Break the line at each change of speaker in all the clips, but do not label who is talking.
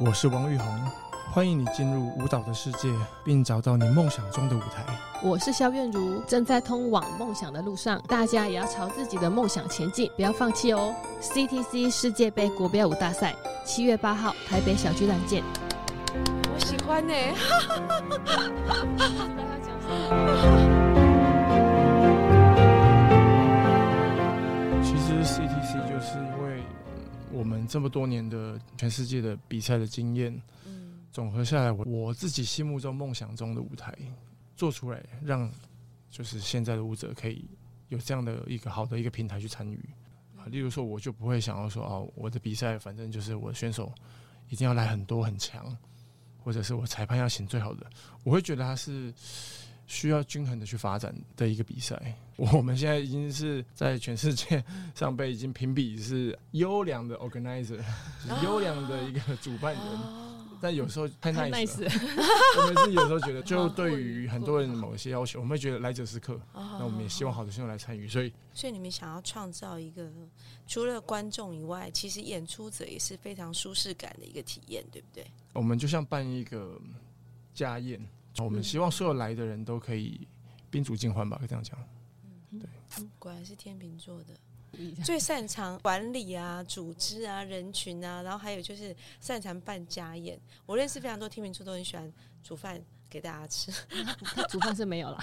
我是王玉红，欢迎你进入舞蹈的世界，并找到你梦想中的舞台。
我是肖韵如，正在通往梦想的路上，大家也要朝自己的梦想前进，不要放弃哦。CTC 世界杯国标舞大赛，七月八号台北小巨蛋见。
我喜欢呢、
其实 CTC 就是因为我们这么多年的全世界的比赛的经验，总和下来，我我自己心目中梦想中的舞台做出来，让就是现在的舞者可以有这样的一个好的一个平台去参与。啊，例如说，我就不会想要说哦，我的比赛反正就是我的选手一定要来很多很强，或者是我裁判要请最好的，我会觉得它是需要均衡的去发展的一个比赛。我们现在已经是在全世界上被已经评比是优良的 organizer，就是优良的一个主办人。
哦
但有时候太 nice 了，我们是有时候觉得，就对于很多人某些要求，我们会觉得来者是客。那我们也希望好的选手来参与，所以
所以你们想要创造一个除了观众以外，其实演出者也是非常舒适感的一个体验，对不对？
我们就像办一个家宴，我们希望所有来的人都可以宾主尽欢吧，可以这样讲。
果然是天秤座的，最擅长管理啊、组织啊、人群啊，然后还有就是擅长办家宴。我认识非常多天秤座都很喜欢煮饭给大家吃，
他煮饭是没有啦，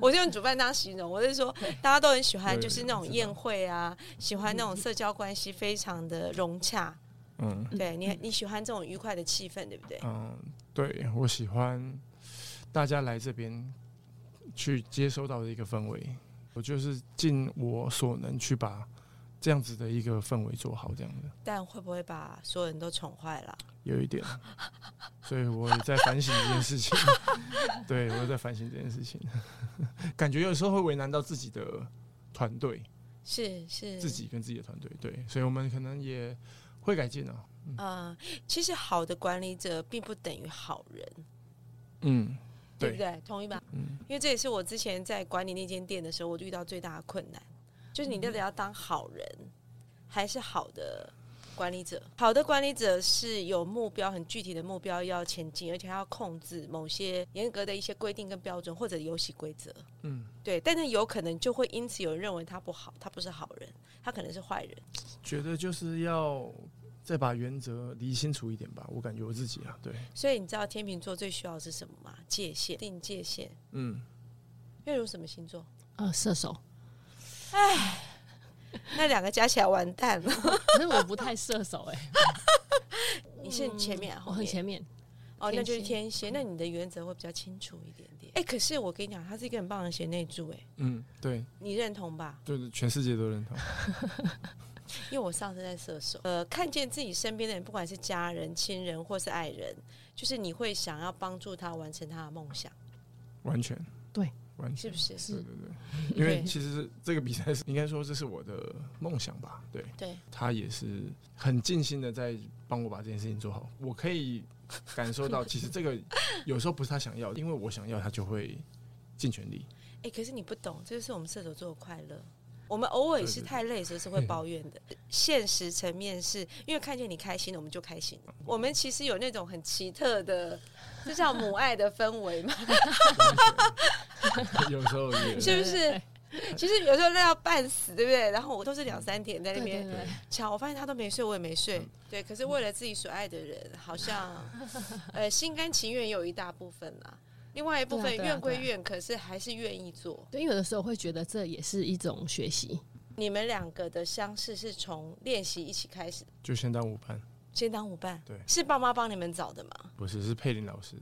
我就用煮饭当形容，我是说大家都很喜欢，就是那种
对
宴会啊，喜欢那种社交关系非常的融洽。
嗯
对你，你喜欢这种愉快的气氛，对不对？
嗯，对我喜欢大家来这边去接收到的一个氛围，我就是尽我所能去把这样子的一个氛围做好，这样的
但会不会把所有人都宠坏了？
有一点，所以我也在反省这件事 情。对我也在反省这件事情， 感觉有时候会为难到自己的团队。
是是，
自己跟自己的团队，对，所以我们可能也会改进啊。
嗯，其实好的管理者并不等于好人，
嗯，
对
对
不对？同意吧？
嗯
因为这也是我之前在管理那间店的时候，我遇到最大的困难，就是你到底要当好人，还是好的管理者？好的管理者是有目标、很具体的目标要前进，而且还要控制某些严格的一些规定跟标准或者游戏规则。
嗯，
对，但是有可能就会因此有人认为他不好，他不是好人，他可能是坏人。
觉得就是要再把原则理清楚一点吧。我感觉我自己啊，对，
所以你知道天秤座最需要的是什么吗？界限，定界限。
嗯，
月如什么星座？
呃，射手，
那两个加起来完蛋了。
可是我不太射手哎、
你是前面、啊，
嗯我
后
很
面
前面，
哦，那就是
天
天蝎。那你的原则会比较清楚一点点。哎、可是我跟你讲，他是一个很棒的贤内助，哎，
嗯，对，
你认同吧？
就是全世界都认同。
因为我上次在射手，呃，看见自己身边的人，不管是家人、亲人或是爱人，就是你会想要帮助他完成他的梦想，
完全
对，
完
是
全
不是？
对
是
对对，因为
对
其实这个比赛是应该说这是我的梦想吧，对
对，
他也是很尽心的在帮我把这件事情做好，我可以感受到，其实这个有时候不是他想要的，因为我想要，他就会尽全力。
哎、可是你不懂，这就是我们射手座的快乐。我们偶尔是太累的时候是
嗯
会抱怨的，现实层面是因为看见你开心了，我们就开心了。我们其实有那种很奇特的，这叫 母爱的氛围嘛，
有时候 也
是不是？其实有时候累到半死，对不对？然后我都是两三点在
对
那
对嗯
边
对，
瞧，我发现他都没睡，我也没睡。对，可是为了自己所爱的人，好像 呃心甘情愿也有一大部分啦，另外一部分
对啊对啊
怨归
对啊
怨，可是还是愿意做。
对，因为有的时候会觉得这也是一种学习，
你们两个的相识是从练习一起开始，
就先当舞伴，
先当舞伴，
对
是爸妈帮你们找的嘛？
不是是佩林老师，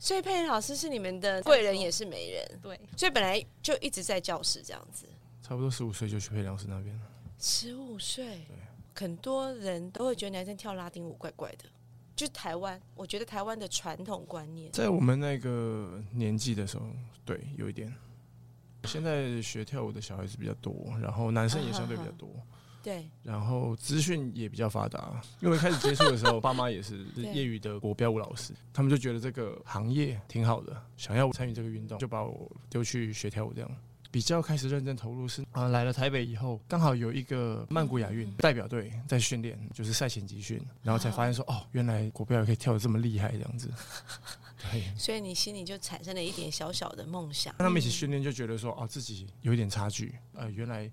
所以佩林老师是你们的贵人，也是媒人，
对，
所以本来就一直在教室这样子。
差不多十五岁就去佩林老师那边了。
十五岁，很多人都会觉得男生跳拉丁舞怪怪的，就台湾，我觉得台湾的传统观念，
在我们那个年纪的时候，对，有一点。现在学跳舞的小孩子比较多，然后男生也相对比较多，
对
然后资讯也比较发达。因为我开始接触的时候，爸妈也是
对
业余的国标舞老师，他们就觉得这个行业挺好的，想要参与这个运动，就把我丢去学跳舞这样。比较开始认真投入是啊、来了台北以后，刚好有一个曼谷亚运代表队在训练，就是赛前集训，然后才发现说，哦，原来国标也可以跳得这么厉害这样子。对，
所以你心里就产生了一点小小的梦想。
跟他们一起训练，就觉得说哦，自己有一点差距，呃，原来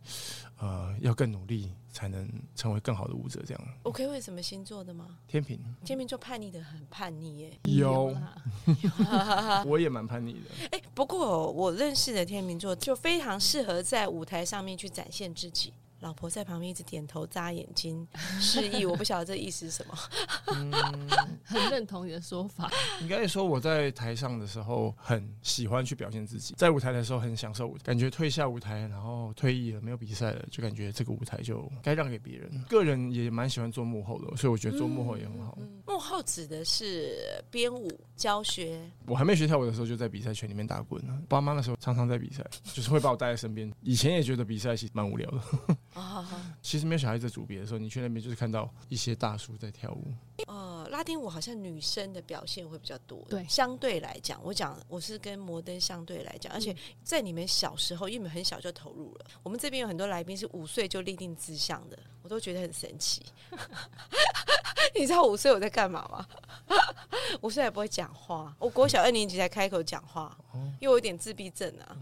呃要更努力才能成为更好的舞者。这样，
我可以问什么星座的吗？
天平
天秤座叛逆的很叛逆耶、
有，
啦
我也蛮叛逆的，
哎、不过我认识的天秤座就非常适合在舞台上面去展现自己。老婆在旁边一直点头眨眼睛，示意我不晓得这意思是什么。
很认同你的说法。
应该说我在台上的时候很喜欢去表现自己，在舞台的时候很享受舞台，感觉退下舞台，然后退役了，没有比赛了，就感觉这个舞台就该让给别人。个人也蛮喜欢做幕后的，所以我觉得做幕后也很好。
幕后指的是编舞、教学，
我还没学跳舞的时候就在比赛圈里面打滚了，爸妈那时候常常在比赛，就是会把我带在身边。以前也觉得比赛其实蛮无聊的。
啊，
其实没有小孩子组别的时候，你去那边就是看到一些大叔在跳舞，
呃，拉丁舞好像女生的表现会比较多，
对
相对来讲，我讲我是跟摩登相对来讲，而且在你们小时候，因为你们很小就投入了，我们这边有很多来宾是五岁就立定志向的，我都觉得很神奇。 你知道五岁我在干嘛吗？ 五岁还不会讲话，我国小二年级才开口讲话，因为我有点自闭症啊，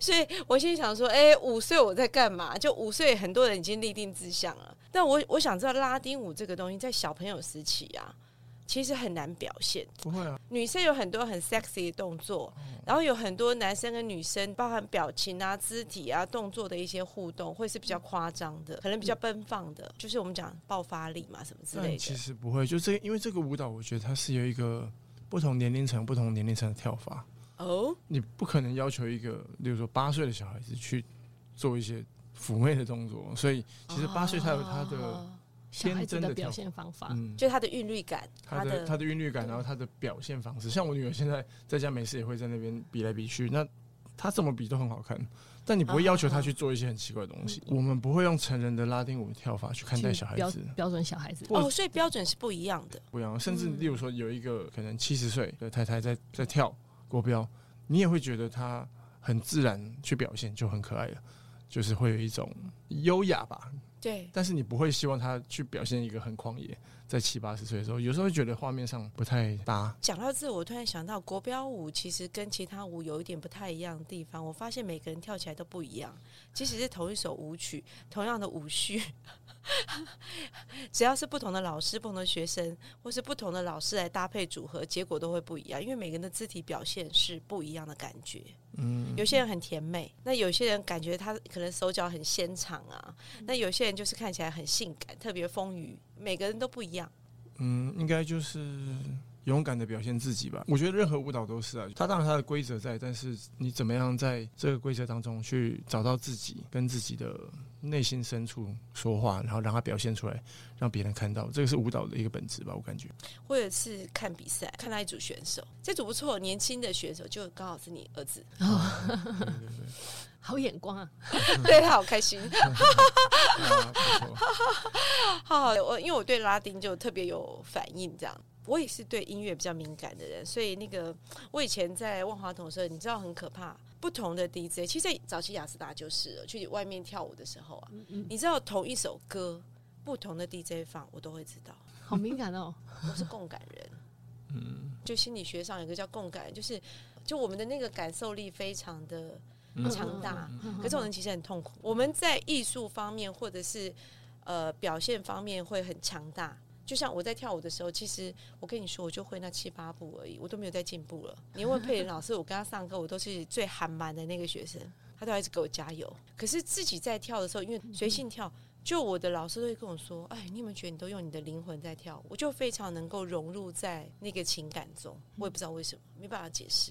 所以我心里想说，哎、五岁我在干嘛？就五岁，很多人已经立定志向了。但我我想知道拉丁舞这个东西，在小朋友时期啊，其实很难表现。
不会啊，
女生有很多很 sexy 的动作，
嗯
然后有很多男生跟女生，包含表情啊、肢体啊、动作的一些互动，会是
嗯
比较夸张的，可能比较奔放的，就是我们讲爆发力嘛，什么之类
但其
的。
实不会。就这，因为这个舞蹈，我觉得它是有一个不同年龄层、不同年龄层的跳法，
哦，
你不可能要求一个，例如说八岁的小孩子去做一些妩媚的动作，所以其实八岁他有他的，
哦小孩子的表现方法，
嗯，
就它的韵律感，
他的他的韵律感，然后他的表现方式。像我女儿现在在家没事也会在那边比来比去，那她怎么比都很好看。但你不会要求她去做一些很奇怪的东西。我们不会用成人的拉丁舞跳法去看待小孩
标
子，
标准小孩子，
或
哦，所以标准是不一样的。
不一样。甚至例如说，有一个可能七十岁的太太在在跳国标，你也会觉得她很自然去表现，就很可爱了，就是会有一种优雅吧。
对，
但是你不会希望她去表现一个很狂野，在七八十岁的时候，有时候会觉得画面上不太搭。
讲到这，我突然想到，国标舞其实跟其他舞有一点不太一样的地方。我发现每个人跳起来都不一样，即使是同一首舞曲、同样的舞序， 只要是不同的老师、不同的学生，或是不同的老师来搭配组合，结果都会不一样，因为每个人的肢体表现是不一样的感觉。
嗯，
有些人很甜美，那有些人感觉他可能手脚很纤长啊，那有些人就是看起来很性感，特别丰腴，每个人都不一样。
嗯，应该就是勇敢的表现自己吧。我觉得任何舞蹈都是啊，它当然它的规则在，但是你怎么样在这个规则当中去找到自己，跟自己的内心深处说话，然后让它表现出来，让别人看到，这个是舞蹈的一个本质吧，我感觉。
我有一次看比赛，看到一组选手，这组不错，年轻的选手就刚好是你儿子，
嗯对对对，
好眼光啊！
对他好开心。
啊，不错。
好，我因为我对拉丁就特别有反应，这样。我也是对音乐比较敏感的人，所以那个我以前在万华同的时候，你知道很可怕，不同的 DJ，其实在早期雅斯达就是了去外面跳舞的时候啊，你知道同一首歌，不同的 DJ 放，我都会知道。
好敏感哦，。
我是共感人。嗯，就心理学上有一个叫共感，就是就我们的那个感受力非常的强大，可这种人其实很痛苦。我们在艺术方面或者是呃表现方面会很强大。就像我在跳舞的时候，其实我跟你说，我就会那七八步而已，我都没有在进步了。你问佩林老师，我跟他上课，我都是最寒蛮的那个学生，他都还是给我加油。可是自己在跳的时候，因为随性跳，就我的老师都会跟我说：“哎，你有没有觉得你都用你的灵魂在跳舞？”我就非常能够融入在那个情感中， 我也不知道为什么，没办法解释。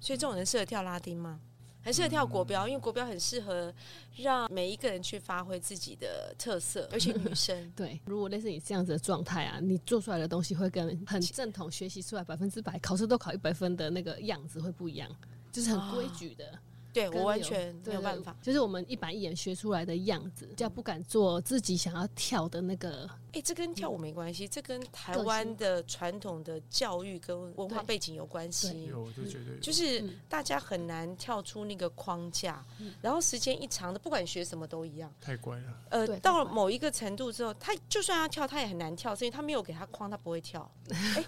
所以这种人适合跳拉丁吗？很适合跳国标，因为国标很适合让每一个人去发挥自己的特色，尤其女生
对，如果类似你这样子的状态啊，你做出来的东西会跟很正统学习出来百分之百考试都考一百分的那个样子会不一样，就是很规矩的，
对
跟
哦我完
有
全
对
没有
对
办法。
就是我们一板一眼学出来的样子，比较不敢做自己想要跳的那个。
哎、这跟跳舞没关系，这跟台
个
湾
性
的传统的教育跟文化
对
背景有关系。
有，我就觉得有
就是
嗯
大家很难跳出那个框架，
嗯
然后时间一长的，不管学什么都一样。
太乖了，
呃
对，
到
太
了
快
某一个程度之后，他就算要跳，他也很难跳，是因为他没有给他框，他不会 跳。哎，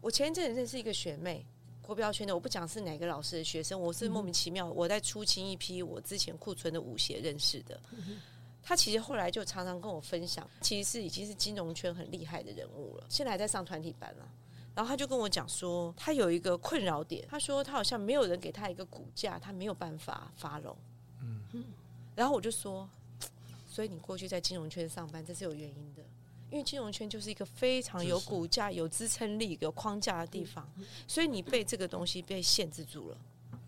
我前一阵子认识一个学妹，国标圈的，我不讲是哪个老师的学生，我是
嗯
莫名其妙，我在出清一批我之前库存的舞鞋认识的。
嗯
他其实后来就常常跟我分享，其实是已经是金融圈很厉害的人物了，现在还在上团体班啊了。然后他就跟我讲说，他有一个困扰点，他说他好像没有人给他一个骨架，他没有办法发楼。
嗯
然后我就说，所以你过去在金融圈上班，这是有原因的，因为金融圈就是一个非常有
支持
骨架、有支撑力、有框架的地方，所以你被这个东西被限制住了。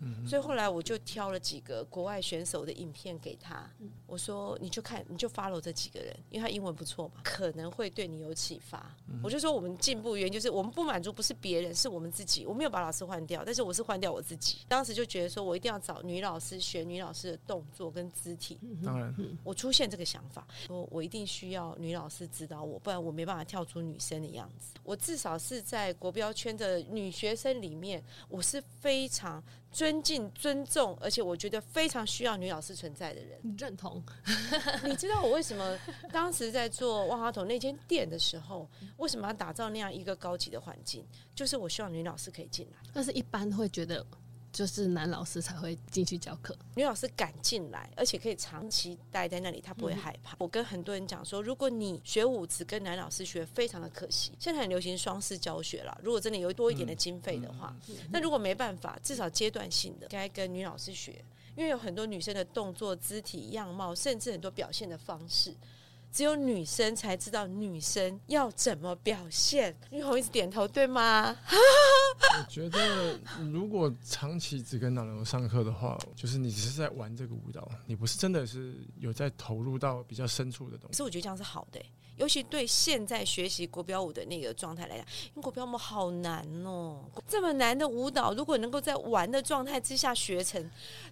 嗯，
所以后来我就挑了几个国外选手的影片给他，我说你就看，你就 follow 这几个人，因为他英文不错嘛，可能会对你有启发。我就说我们进步原因就是我们不满足不是别人，是我们自己。我没有把老师换掉，但是我是换掉我自己。当时就觉得说我一定要找女老师学女老师的动作跟肢体，
当然
我出现这个想法，说我一定需要女老师指导我，不然我没办法跳出女生的样子。我至少是在国标圈的女学生里面，我是非常尊敬、尊重，而且我觉得非常需要女老师存在的人。
你认同？
你知道我为什么当时在做万花筒那间店的时候，为什么要打造那样一个高级的环境？就是我希望女老师可以进来，
但是一般会觉得就是男老师才会进去教课，
女老师敢进来，而且可以长期待在那里，她不会害怕。我跟很多人讲说，如果你学舞只跟男老师学，非常的可惜。现在很流行双师教学啦，如果真的有多一点的经费的话，那如果没办法，至少阶段性的应该跟女老师学，因为有很多女生的动作、肢体、样貌，甚至很多表现的方式。只有女生才知道女生要怎么表现。玉红一直点头，对吗？
我觉得，如果长期只跟老人上课的话，就是你只是在玩这个舞蹈，你不是真的是有在投入到比较深处的东
可
西。
是我觉得这样是好的欸、尤其对现在学习国标舞的那个状态来讲，因为国标舞好难哦、这么难的舞蹈，如果能够在玩的状态之下学成，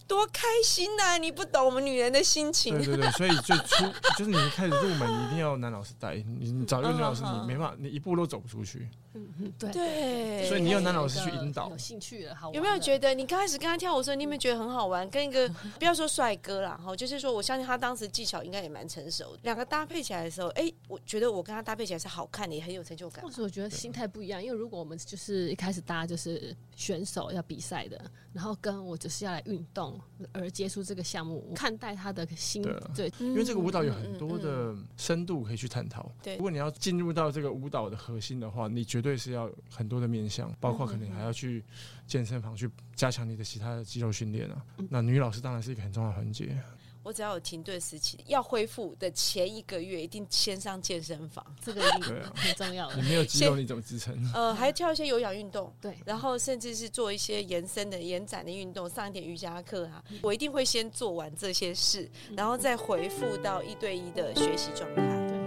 多开心呐、你不懂我们女人的心
对
情。
对对，所以最初就是你一开始入门，你一定要男老师带，你你找一个女老师，
嗯嗯嗯
你没办法，你一步都走不出去。
嗯对
对，
所以你有男老师去引导
有兴趣了，好玩
有没有
了
觉得你刚开始跟他跳舞的时候，你有没有觉得很好玩？跟一个 不要说帅哥啦，哈，就是说我相信他当时技巧应该也蛮成熟的。两个搭配起来的时候，哎、我觉得我跟他搭配起来是好看的，也很有成就感
或。者我觉得
啊
心态不一样，因为如果我们就是一开始大家就是选手要比赛的，然后跟我只是要来运动而接触这个项目，我看待他的心
对啊
对
因为这个舞蹈有
嗯
很多的深度可以去探讨。
对
如果你要进入到这个舞蹈的核心的话，你绝对是要很多的面向，包括可
嗯
能还要去健身房去加强你的其他的肌肉训练啊。
嗯
那女老师当然是一个很重要的环节。
我只要有停顿时期，要恢复的前一个月，一定先上健身房，
这个一
对
定
啊
很重要
你
的。
没有肌肉，
先
你怎么支撑？
嗯
呃，还跳一些有氧运动，
对，
然后甚至是做一些延伸的、延展的运动，上一点瑜伽课啊。
嗯
我一定会先做完这些事，然后再回复到一对一的学习状态。
对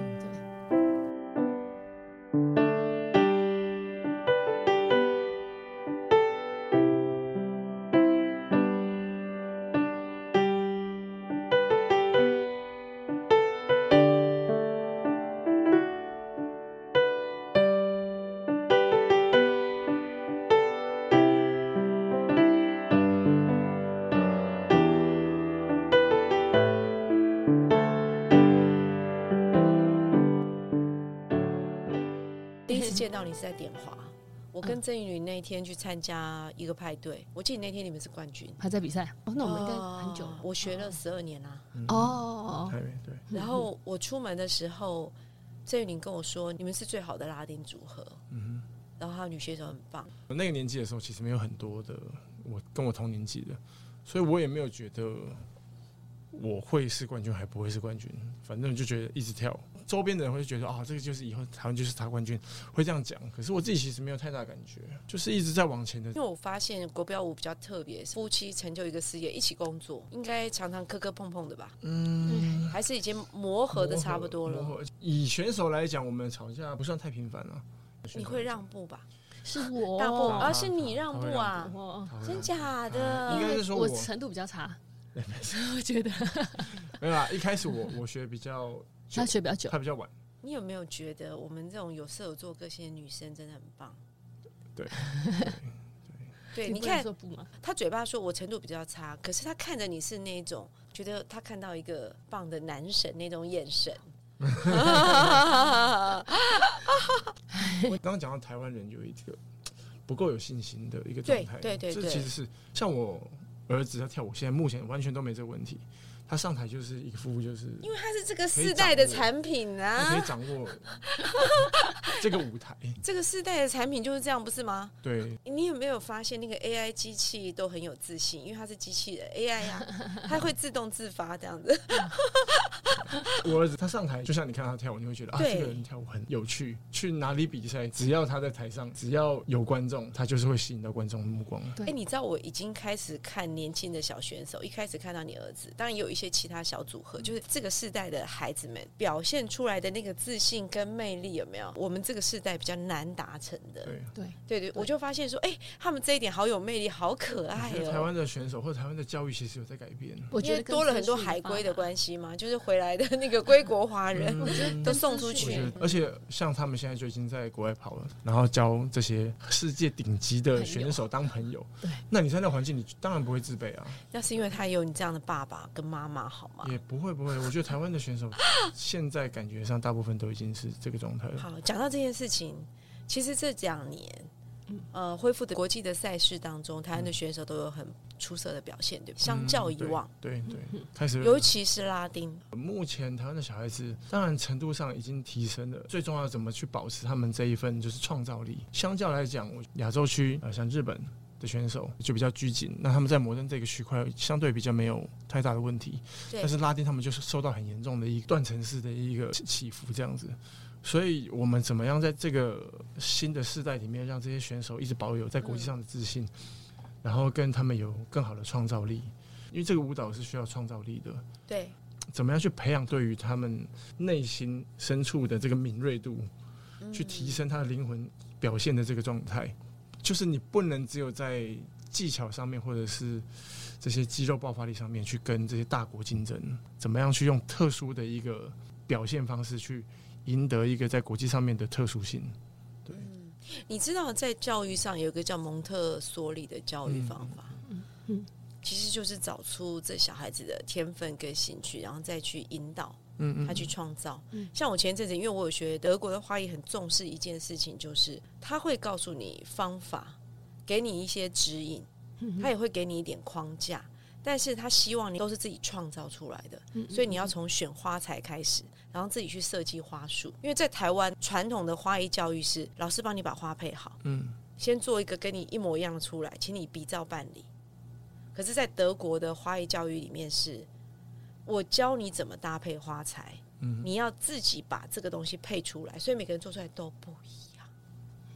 对，
第一次见到你是在点华，我跟郑云云那一天去参加一个派对，我记得那天你们是冠军。
还在比赛哦，那我们应该很久
哦
了。
我学了十二年啦、
嗯
哦，哦，哦
太美对，
然后我出门的时候，郑云林跟我说：“你们是最好的拉丁组合。”
嗯
然后还有女选手很棒，
我那个年纪的时候，其实没有很多的我跟我同年纪的，所以我也没有觉得我会是冠军，还不会是冠军，反正就觉得一直跳。周边的人会觉得啊，这个就是以后台湾就是他冠军，会这样讲。可是我自己其实没有太大感觉，就是一直在往前的
因为我发现国标舞比较特别，夫妻成就一个事业，一起工作，应该常常磕磕碰碰的吧？嗯，还是已经磨合的差不多
磨
了。
合以选手来讲，我们吵架不算太频繁啊了。
你会让步吧？
是我哦
大步，哦而、
啊
是你让步啊？
我
他会让
真假
应
的？
该是说我
我程度比 较差，所以我觉得
没有啦，啊一开始我我学比较，
他学比较久，
他比较晚，
你有没有觉得我们这种有射手座个性的女生真的很棒？
对
对，
不
你
能
看
说不嘛，
他嘴巴说我程度比较差，可是他看着你是那一种觉得他看到一个棒的男神那种眼神。
我刚刚讲到台湾人有一个不够有信心的一个状
对
态，
对对
这
对
其实是像我儿子他跳舞，现在目前完全都没这个问题，他上台就是一副就是
因为他是这个世代的产品
他可以
啊，
掌握这个舞台，
这个世代的产品就是这样，不是吗？
对，
你有没有发现那个 AI 机器都很有自信，因为它是机器人 AI 呀、 它会自动自发这样子。
我儿子他上台，就像你看他跳舞，你会觉得啊，
对
这个人跳舞很有趣。去哪里比赛，只要他在台上，只要有观众，他就是会吸引到观众的目光。
哎、你知道我已经开始看年轻的小选手，一开始看到你儿子，当然也有一些其他小组
嗯
合，就是这个世代的孩子们表现出来的那个自信跟魅力，有没有？我们这个世代比较难达成的。
对，
对，
对对，我就发现说，哎、他们这一点好有魅力，好可
我
爱
觉得台
哦、
湾的选手或者台湾的教育其实有在改变。
我
因
觉
为
得
多了很多海归
啊
的关系嘛，就是回来的那个归国华人、
我觉得
都送出去
嗯我觉得，而且像他们现在就已经在国外跑了，然后交这些世界顶级的选手当朋友。
对，
那你在那环境，你当然不会自卑啊，
那是因为他有你这样的爸爸跟妈妈，好吗？
也不会不会。我觉得台湾的选手现在感觉上大部分都已经是这个状态了。
好，讲到这件事情，其实这两年，呃，恢复的国际的赛事当中，台湾的选手都有很出色的表现，对不对？相较以往，
嗯，对对对，开始
尤其是拉丁，
目前台湾的小孩子，当然程度上已经提升了，最重要的怎么去保持他们这一份就是创造力。相较来讲，我亚洲区呃像日本的选手就比较拘谨，那他们在摩登这个区块相对比较没有太大的问题，
对
但是拉丁他们就是受到很严重的一个断层式的一个起伏这样子。所以，我们怎么样在这个新的世代里面，让这些选手一直保有在国际上的自信，然后跟他们有更好的创造力？因为这个舞蹈是需要创造力的，
对，
怎么样去培养对于他们内心深处的这个敏锐度，去提升他的灵魂表现的这个状态，就是你不能只有在技巧上面或者是这些肌肉爆发力上面去跟这些大国竞争，怎么样去用特殊的一个表现方式去赢得一个在国际上面的特殊性。
你知道在教育上有一个叫蒙特梭利的教育方法，
嗯
其实就是找出这小孩子的天分跟兴趣，然后再去引导。
嗯嗯，
他去创造。
嗯
像我前阵子，因为我有学德国的花艺，很重视一件事情，就是他会告诉你方法，给你一些指引，
嗯
他也会给你一点框架。但是他希望你都是自己创造出来的，
嗯
所以你要从选花材开始，然后自己去设计花束。因为在台湾传统的花艺教育是老师帮你把花配好，
嗯，
先做一个跟你一模一样的出来，请你比照办理。可是，在德国的花艺教育里面是，我教你怎么搭配花材，你要自己把这个东西配出来，所以每个人做出来都不一样。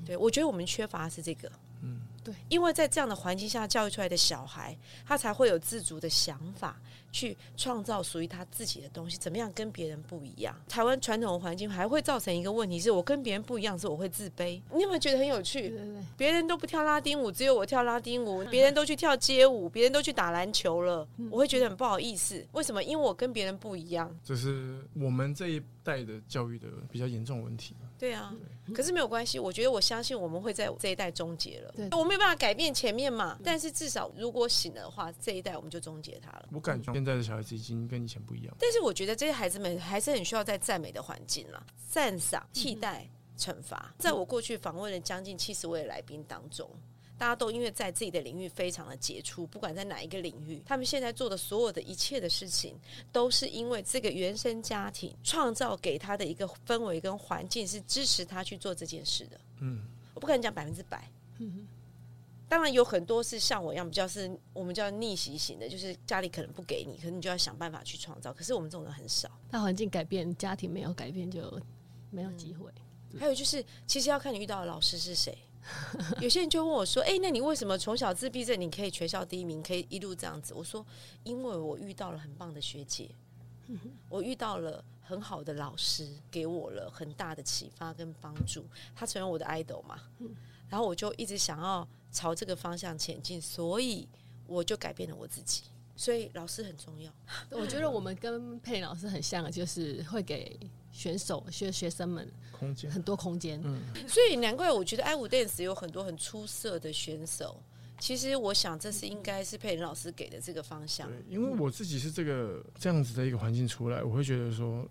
对，我觉得我们缺乏的是这个，嗯，
对，
因为在这样的环境下教育出来的小孩，他才会有自主的想法，去创造属于他自己的东西，怎么样跟别人不一样？台湾传统的环境还会造成一个问题是，我跟别人不一样的时候，我会自卑。你有没有觉得很有趣？
对对对，
别人都不跳拉丁舞，只有我跳拉丁 舞；别人都去跳街舞，别人都去打篮球了，我会觉得很不好意思。为什么？因为我跟别人不一样。
这是我们这一代的教育的比较严重的问题。
对啊，可是没有关系，我觉得我相信我们会在这一代终结了。
对
我没有办法改变前面嘛，但是至少如果醒了的话，这一代我们就终结它了。
我感觉现在的小孩子已经跟以前不一样。
但是我觉得这些孩子们还是很需要在赞美的环境啦，赞赏、替代、惩罚。在我过去访问了将近七十位来宾当中。大家都因为在自己的领域非常的杰出，不管在哪一个领域，他们现在做的所有的一切的事情，都是因为这个原生家庭创造给他的一个氛围跟环境是支持他去做这件事的。
嗯，
我不敢讲百分之百，当然有很多是像我一样比较是我们叫逆袭型的，就是家里可能不给你，可是你就要想办法去创造。可是我们这种人很少。
大环境改变，家庭没有改变就没有机会。
还有就是，其实要看你遇到的老师是谁。 有些人就问我说：“哎、那你为什么从小自闭症，你可以全校第一名，可以一路这样子？”我说：“因为我遇到了很棒的学姐，我遇到了很好的老师，给我了很大的启发跟帮助。他成为我的 idol 嘛，然后我就一直想要朝这个方向前进，所以我就改变了我自己。所以老师很重要。
我觉得我们跟佩林老师很像，就是会给选手、学学生们
空间
很多空间。
嗯，
所以难怪我觉得 i 五 dance 有很多很出色的选手。其实我想，这是应该是佩林老师给的这个方向
对。，因为我自己是这个这样子的一个环境出来，我会觉得说，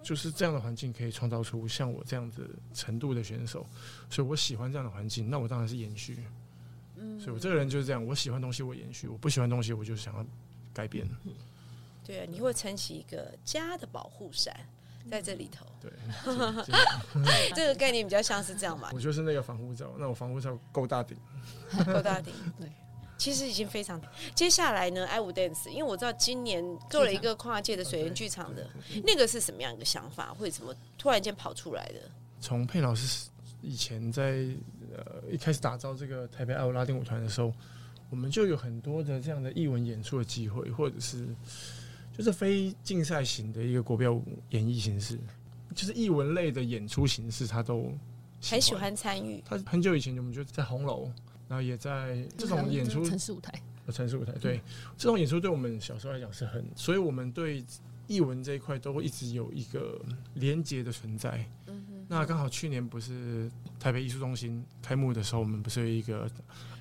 就是这样的环境可以创造出像我这样子程度的选手，所以我喜欢这样的环境，那我当然是延续。嗯，所以我这个人就是这样，我喜欢东西我延续，我不喜欢东西我就想要改变。
对啊，你会撑起一个家的保护伞在这里头。
对，这这样
这个概念比较像是这样嘛，
我就是那个防护罩，那我防护罩够大顶，
够大顶。
对，
其实已经非常。接下来呢，i 五 dance，因为我知道今年做了一个跨界的水源剧场的，那个是什么样一个想法，会怎么突然间跑出来的？
从佩老师以前在呃一开始打造这个台北爱欧拉丁舞团的时候，我们就有很多的这样的艺文演出的机会，或者是就是非竞赛型的一个国标舞演绎形式，就是艺文类的演出形式，他都
很喜。欢参与，
他很久以前我们就在红楼，然后也在
嗯
这种演出
城市舞台，
呃城市舞台，对这种演出对我们小时候来讲是很，所以我们对译文这一块都会一直有一个连结的存在。
嗯
那刚好去年不是台北艺术中心开幕的时候，我们不是有一个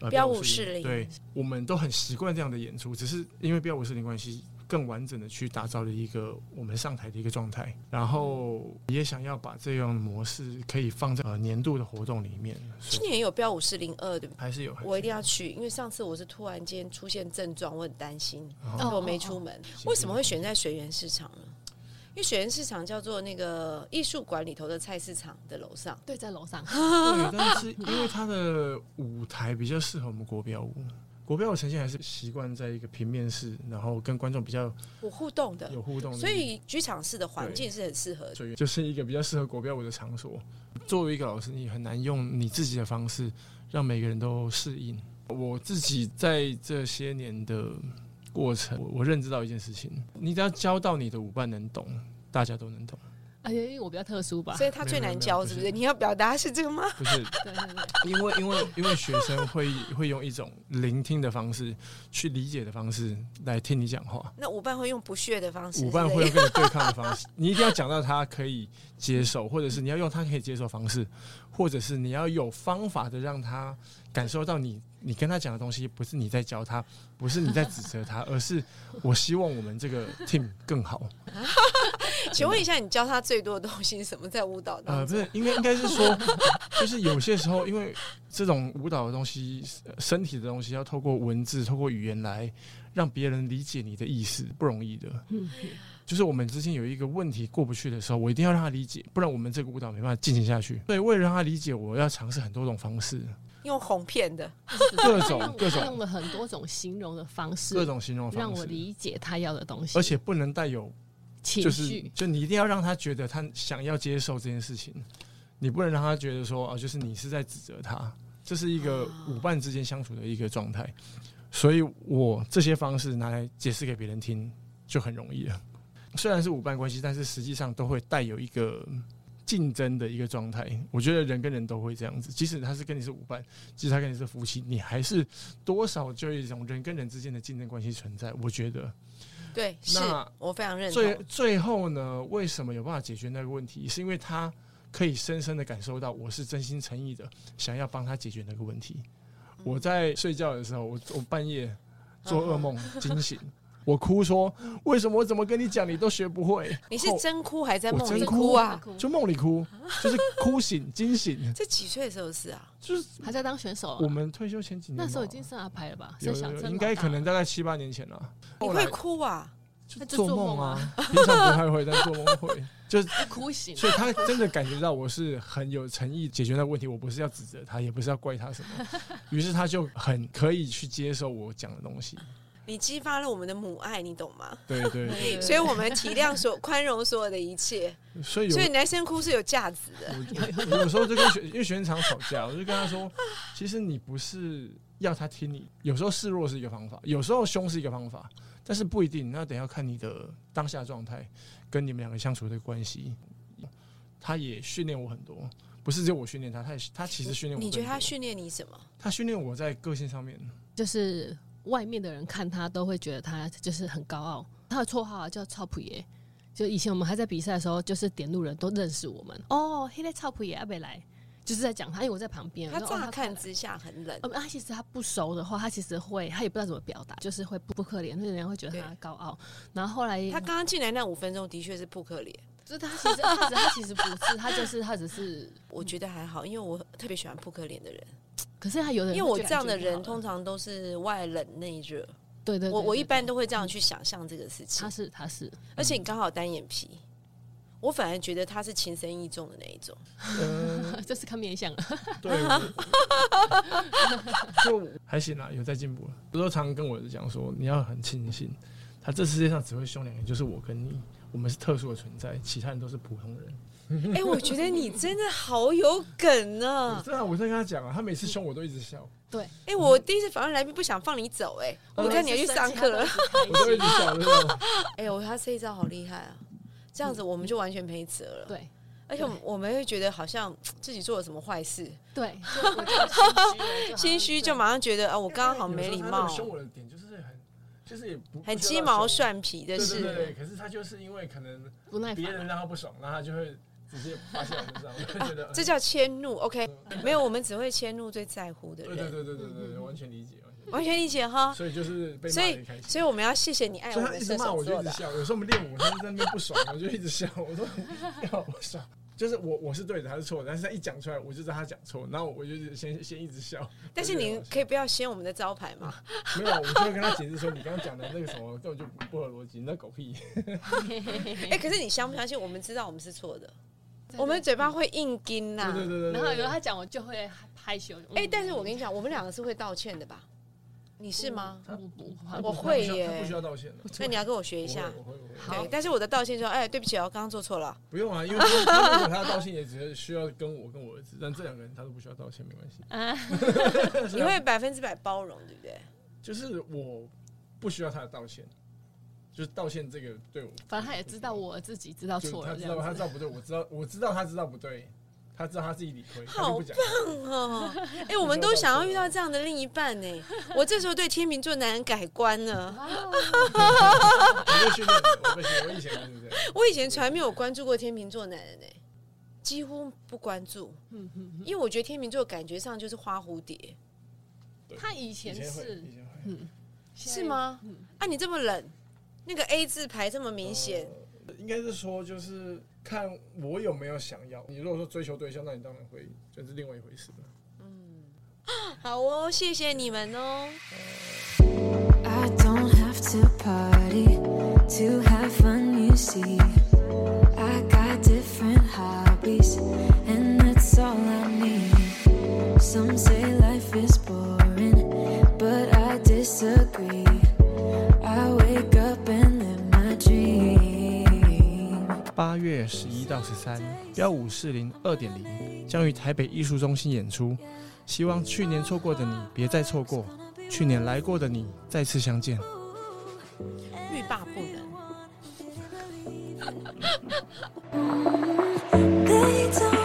呃
标舞
士
士林
对，我们都很习惯这样的演出，只是因为标舞士林关系，更完整的去打造了一个我们上台的一个状态。然后也想要把这样的模式可以放在呃年度的活动里面，
今
所以
年有标五四零二，对不对？
还是有
我一定要去，因为上次我是突然间出现症状，我很担心，
哦
所以我没出门。为什么会选在水源市场呢？因为水源市场叫做那个艺术馆里头的菜市场的楼上，
对，在楼 上。
对，但是因为它的舞台比较适合我们国标舞，国标舞呈现还是习惯在一个平面式，然后跟观众比较
我互动的，
有互动的，
所以剧场式的环境是很适合的。
所以就是一个比较适合国标舞的场所。作为一个老师，你很难用你自己的方式让每个人都适应。我自己在这些年的过程，我我认知到一件事情：你只要教到你的舞伴能懂，大家都能懂。
而哎且因为我比较特殊吧，
所以它最难教，是不
啊没
是？
有
你
没有
要表达是这个吗？
不是
对 对对，
因为因为因为学生会会用一种聆听的方式去理解的方式来听你讲话，
那舞伴会用不屑的方式，
舞伴会
对
用跟你对抗的方式， 你一定要讲到他可以接受，或者是你要用他可以接受的方式，或者是你要有方法的让他感受到你你跟他讲的东西不是你在教他，不是你在指责他，而是我希望我们这个 team 更好。
不对请问一下，你教他最多的东西是什么？在舞蹈当
呃，不
中，
是，应该应该是说，就是有些时候，因为这种舞蹈的东西、呃身体的东西，要透过文字、透过语言来让别人理解你的意思，不容易的。
嗯
就是我们之间有一个问题过不去的时候，我一定要让他理解，不然我们这个舞蹈没办法进行下去。所以为了让他理解，我要尝试很多种方式，
用哄骗的，
各种
他用
各种
他用了很多种形容的方式，
各种形容
让
方
我
式，
理解他要的东西，
而且不能带有
情
就是
绪。
就你一定要让他觉得他想要接受这件事情，你不能让他觉得说啊，就是你是在指责他，这是一个舞伴之间相处的一个
啊
状态。所以我这些方式拿来解释给别人听就很容易了。虽然是舞伴关系，但是实际上都会带有一个竞争的一个状态。我觉得人跟人都会这样子，即使他是跟你是舞伴，即使他跟你是夫妻，你还是多少就有一种人跟人之间的竞争关系存在。我觉得，
对，是
那
我非常认
最
同。
最后呢，为什么有办法解决那个问题？是因为他可以深深的感受到我是真心诚意的想要帮他解决那个问题。
嗯
我在睡觉的时候，我我半夜做噩梦惊醒，
嗯
我哭说为什么我怎么跟你讲你都学不会？
你是
后
真哭还在梦
我
里
真
哭啊？
就梦里哭，
啊
就是哭醒惊 醒，
这几岁的时候是啊？
就是
还在当选手啊
我们退休前几年吧，
那时候已经生阿拍了吧？
有
生小
有
生
有应该
老大
可能大概七八年前了。
你
后来
会哭啊？
就
那就
做
做
梦
梦啊
啊，平常不太会，但做梦会。就
哭醒了
所以他真的感觉到我是很有诚意解决那个问题，我不是要指责他，也不是要怪他什 么，于是他就很可以去接受我讲的东西。
你激发了我们的母爱，你懂吗？
对对对，
所以我们体谅所、宽容所有的一切，
所以有
所以男生哭是有价值的。
我我有时候就跟学，因为学生常吵架，我就跟他说，其实你不是要他听你，有时候示弱是一个方法，有时候凶是一个方法，但是不一定，那等要看你的当下状态跟你们两个相处的关系。他也训练我很多，不是只有我训练他，他也他其实训练我
你觉
更多。
得他训练你什么？
他训练我在个性上面，
就是外面的人看他都会觉得他就是很高傲。他的绰号、啊、叫超普爷，就以前我们还在比赛的时候，就是点路人都认识我们。哦，黑在超普爷阿北来，就是在讲他，因为我在旁边。
他
我说哦
乍看
过来
之下很冷，
哦，他其实他不熟的话，他其实会，他也不知道怎么表达，就是会不不可怜，所以人家会觉得他
对
高傲。然后后来，
他刚刚进来那五分钟的确是扑克脸，
就是他其实他只他其实不是，他就是他只是，
我觉得还好，因为我特别喜欢扑克脸的人，
可嗯是他有的
因
人
为我这样的
就感觉不
人
好
通常都是外冷内热，
对对对
我我
对
一般
对
都会这样去想象这个事情
他。是他是
而且你刚好单眼皮，我反而觉得他是情深意重的那一种。
呃，
这是看面相了，
对， 我就还行啦，有在进步了。我都常跟我儿子讲说，你要很庆幸，他这世界上只会凶两个人，就是我跟你，我们是特殊的存在，其他人都是普通人。
哎、我觉得你真的好有梗呢、
我真的，我在跟他讲啊，他每次凶我都一直笑，
对，
哎、我第一次访问来宾不想放你走、哎，我看你要去上课了。
我都一直笑， 真的。
哎、我他这一招好厉害啊！这样子我们就完全没辙了。，
对
而且我们会觉得好像嘖自己做了什么坏事，
对，
心虚就马上觉得啊，我刚刚好没礼
有时候他那
貌
个，凶我的点就是很，就是也不
很鸡毛。
不需要
蒜皮的
到凶对对对
事。
对，可是他就是因为可能
不耐
别
烦
人让他不爽，然后他就会直接发泄在我 身上，我就觉得
这叫迁怒，OK？
嗯
没有，我们只会迁怒最在乎的
对对
人，
对对对对对，完全理解，完全理
完全理解哈
解。。所以就是被
所
骂
以
的开心。
所以我们要谢谢你爱哎我
所以他
们
一直
射
骂
手
我就
座
一直
的。
笑，有时候我们练舞，他就在那边不爽，我就一直笑，我 说你好不爽。就是我我是对的，他是错的，但是他一讲出来，我就知道他讲错，然后我就先先一直笑。
但是你可以不要掀我们的招牌嘛？
没有，我就会跟他解释说，你刚刚讲的那个什么根本就不不合逻辑，那狗屁。
哎、可是你相不相信？我们知道我们是错的，我们嘴巴会硬跟呐、
对对对对
然后有
对。
他讲我就会害羞。
哎、但是我跟你讲，我们两个是会道歉的吧？你是吗？
我不
他不
我会
他不需要
耶
他不需要道歉的。
那你要跟我学
我
一下
会。我会我会
好
对，但是我的道歉说，哎、对不起哦，我刚刚做错了。
不用啊，因为他他如果他要道歉，也只是需要跟我跟我儿子，但这两个人他都不需要道歉，没关系。啊
你会百分之百包容，对不对？
就是我不需要他的道歉，就是道歉这个对我
反正他也知道我自己知道
就
错
他
了，
知
这
道他
样
知
子。
道不对，我知道我知道他知道不对，他知道他自己理亏，他
好
就不讲。
嗯哦， 哎、我们都想要遇到这样的另一半呢。我这时候对天秤座男人改观了。
我被训练的，我被训练，我以前就是这样。
我以前从来没有关注过天秤座男人呢，几乎不关注，因为我觉得天秤座感觉上就是花蝴蝶，
他以
以
前
前会，
是嗯
以前会
是？吗？啊，你这么冷，那个 A 字牌这么明显。
呃应该是说就是看我有没有想要。你如果说追求对象，那你当然会，这、是另外一回事了。
好哦，谢谢你们哦。
I don't have to party to have fun, you see. I got different hobbies, and that's all I need. Some say life is boring, but I disagree. I wake up and live my dream.
八月十一到十三，标五四零二点零将于台北艺术中心演出。希望去年错过的你别再错过，去年来过的你再次相见。
欲罢不能。
They don't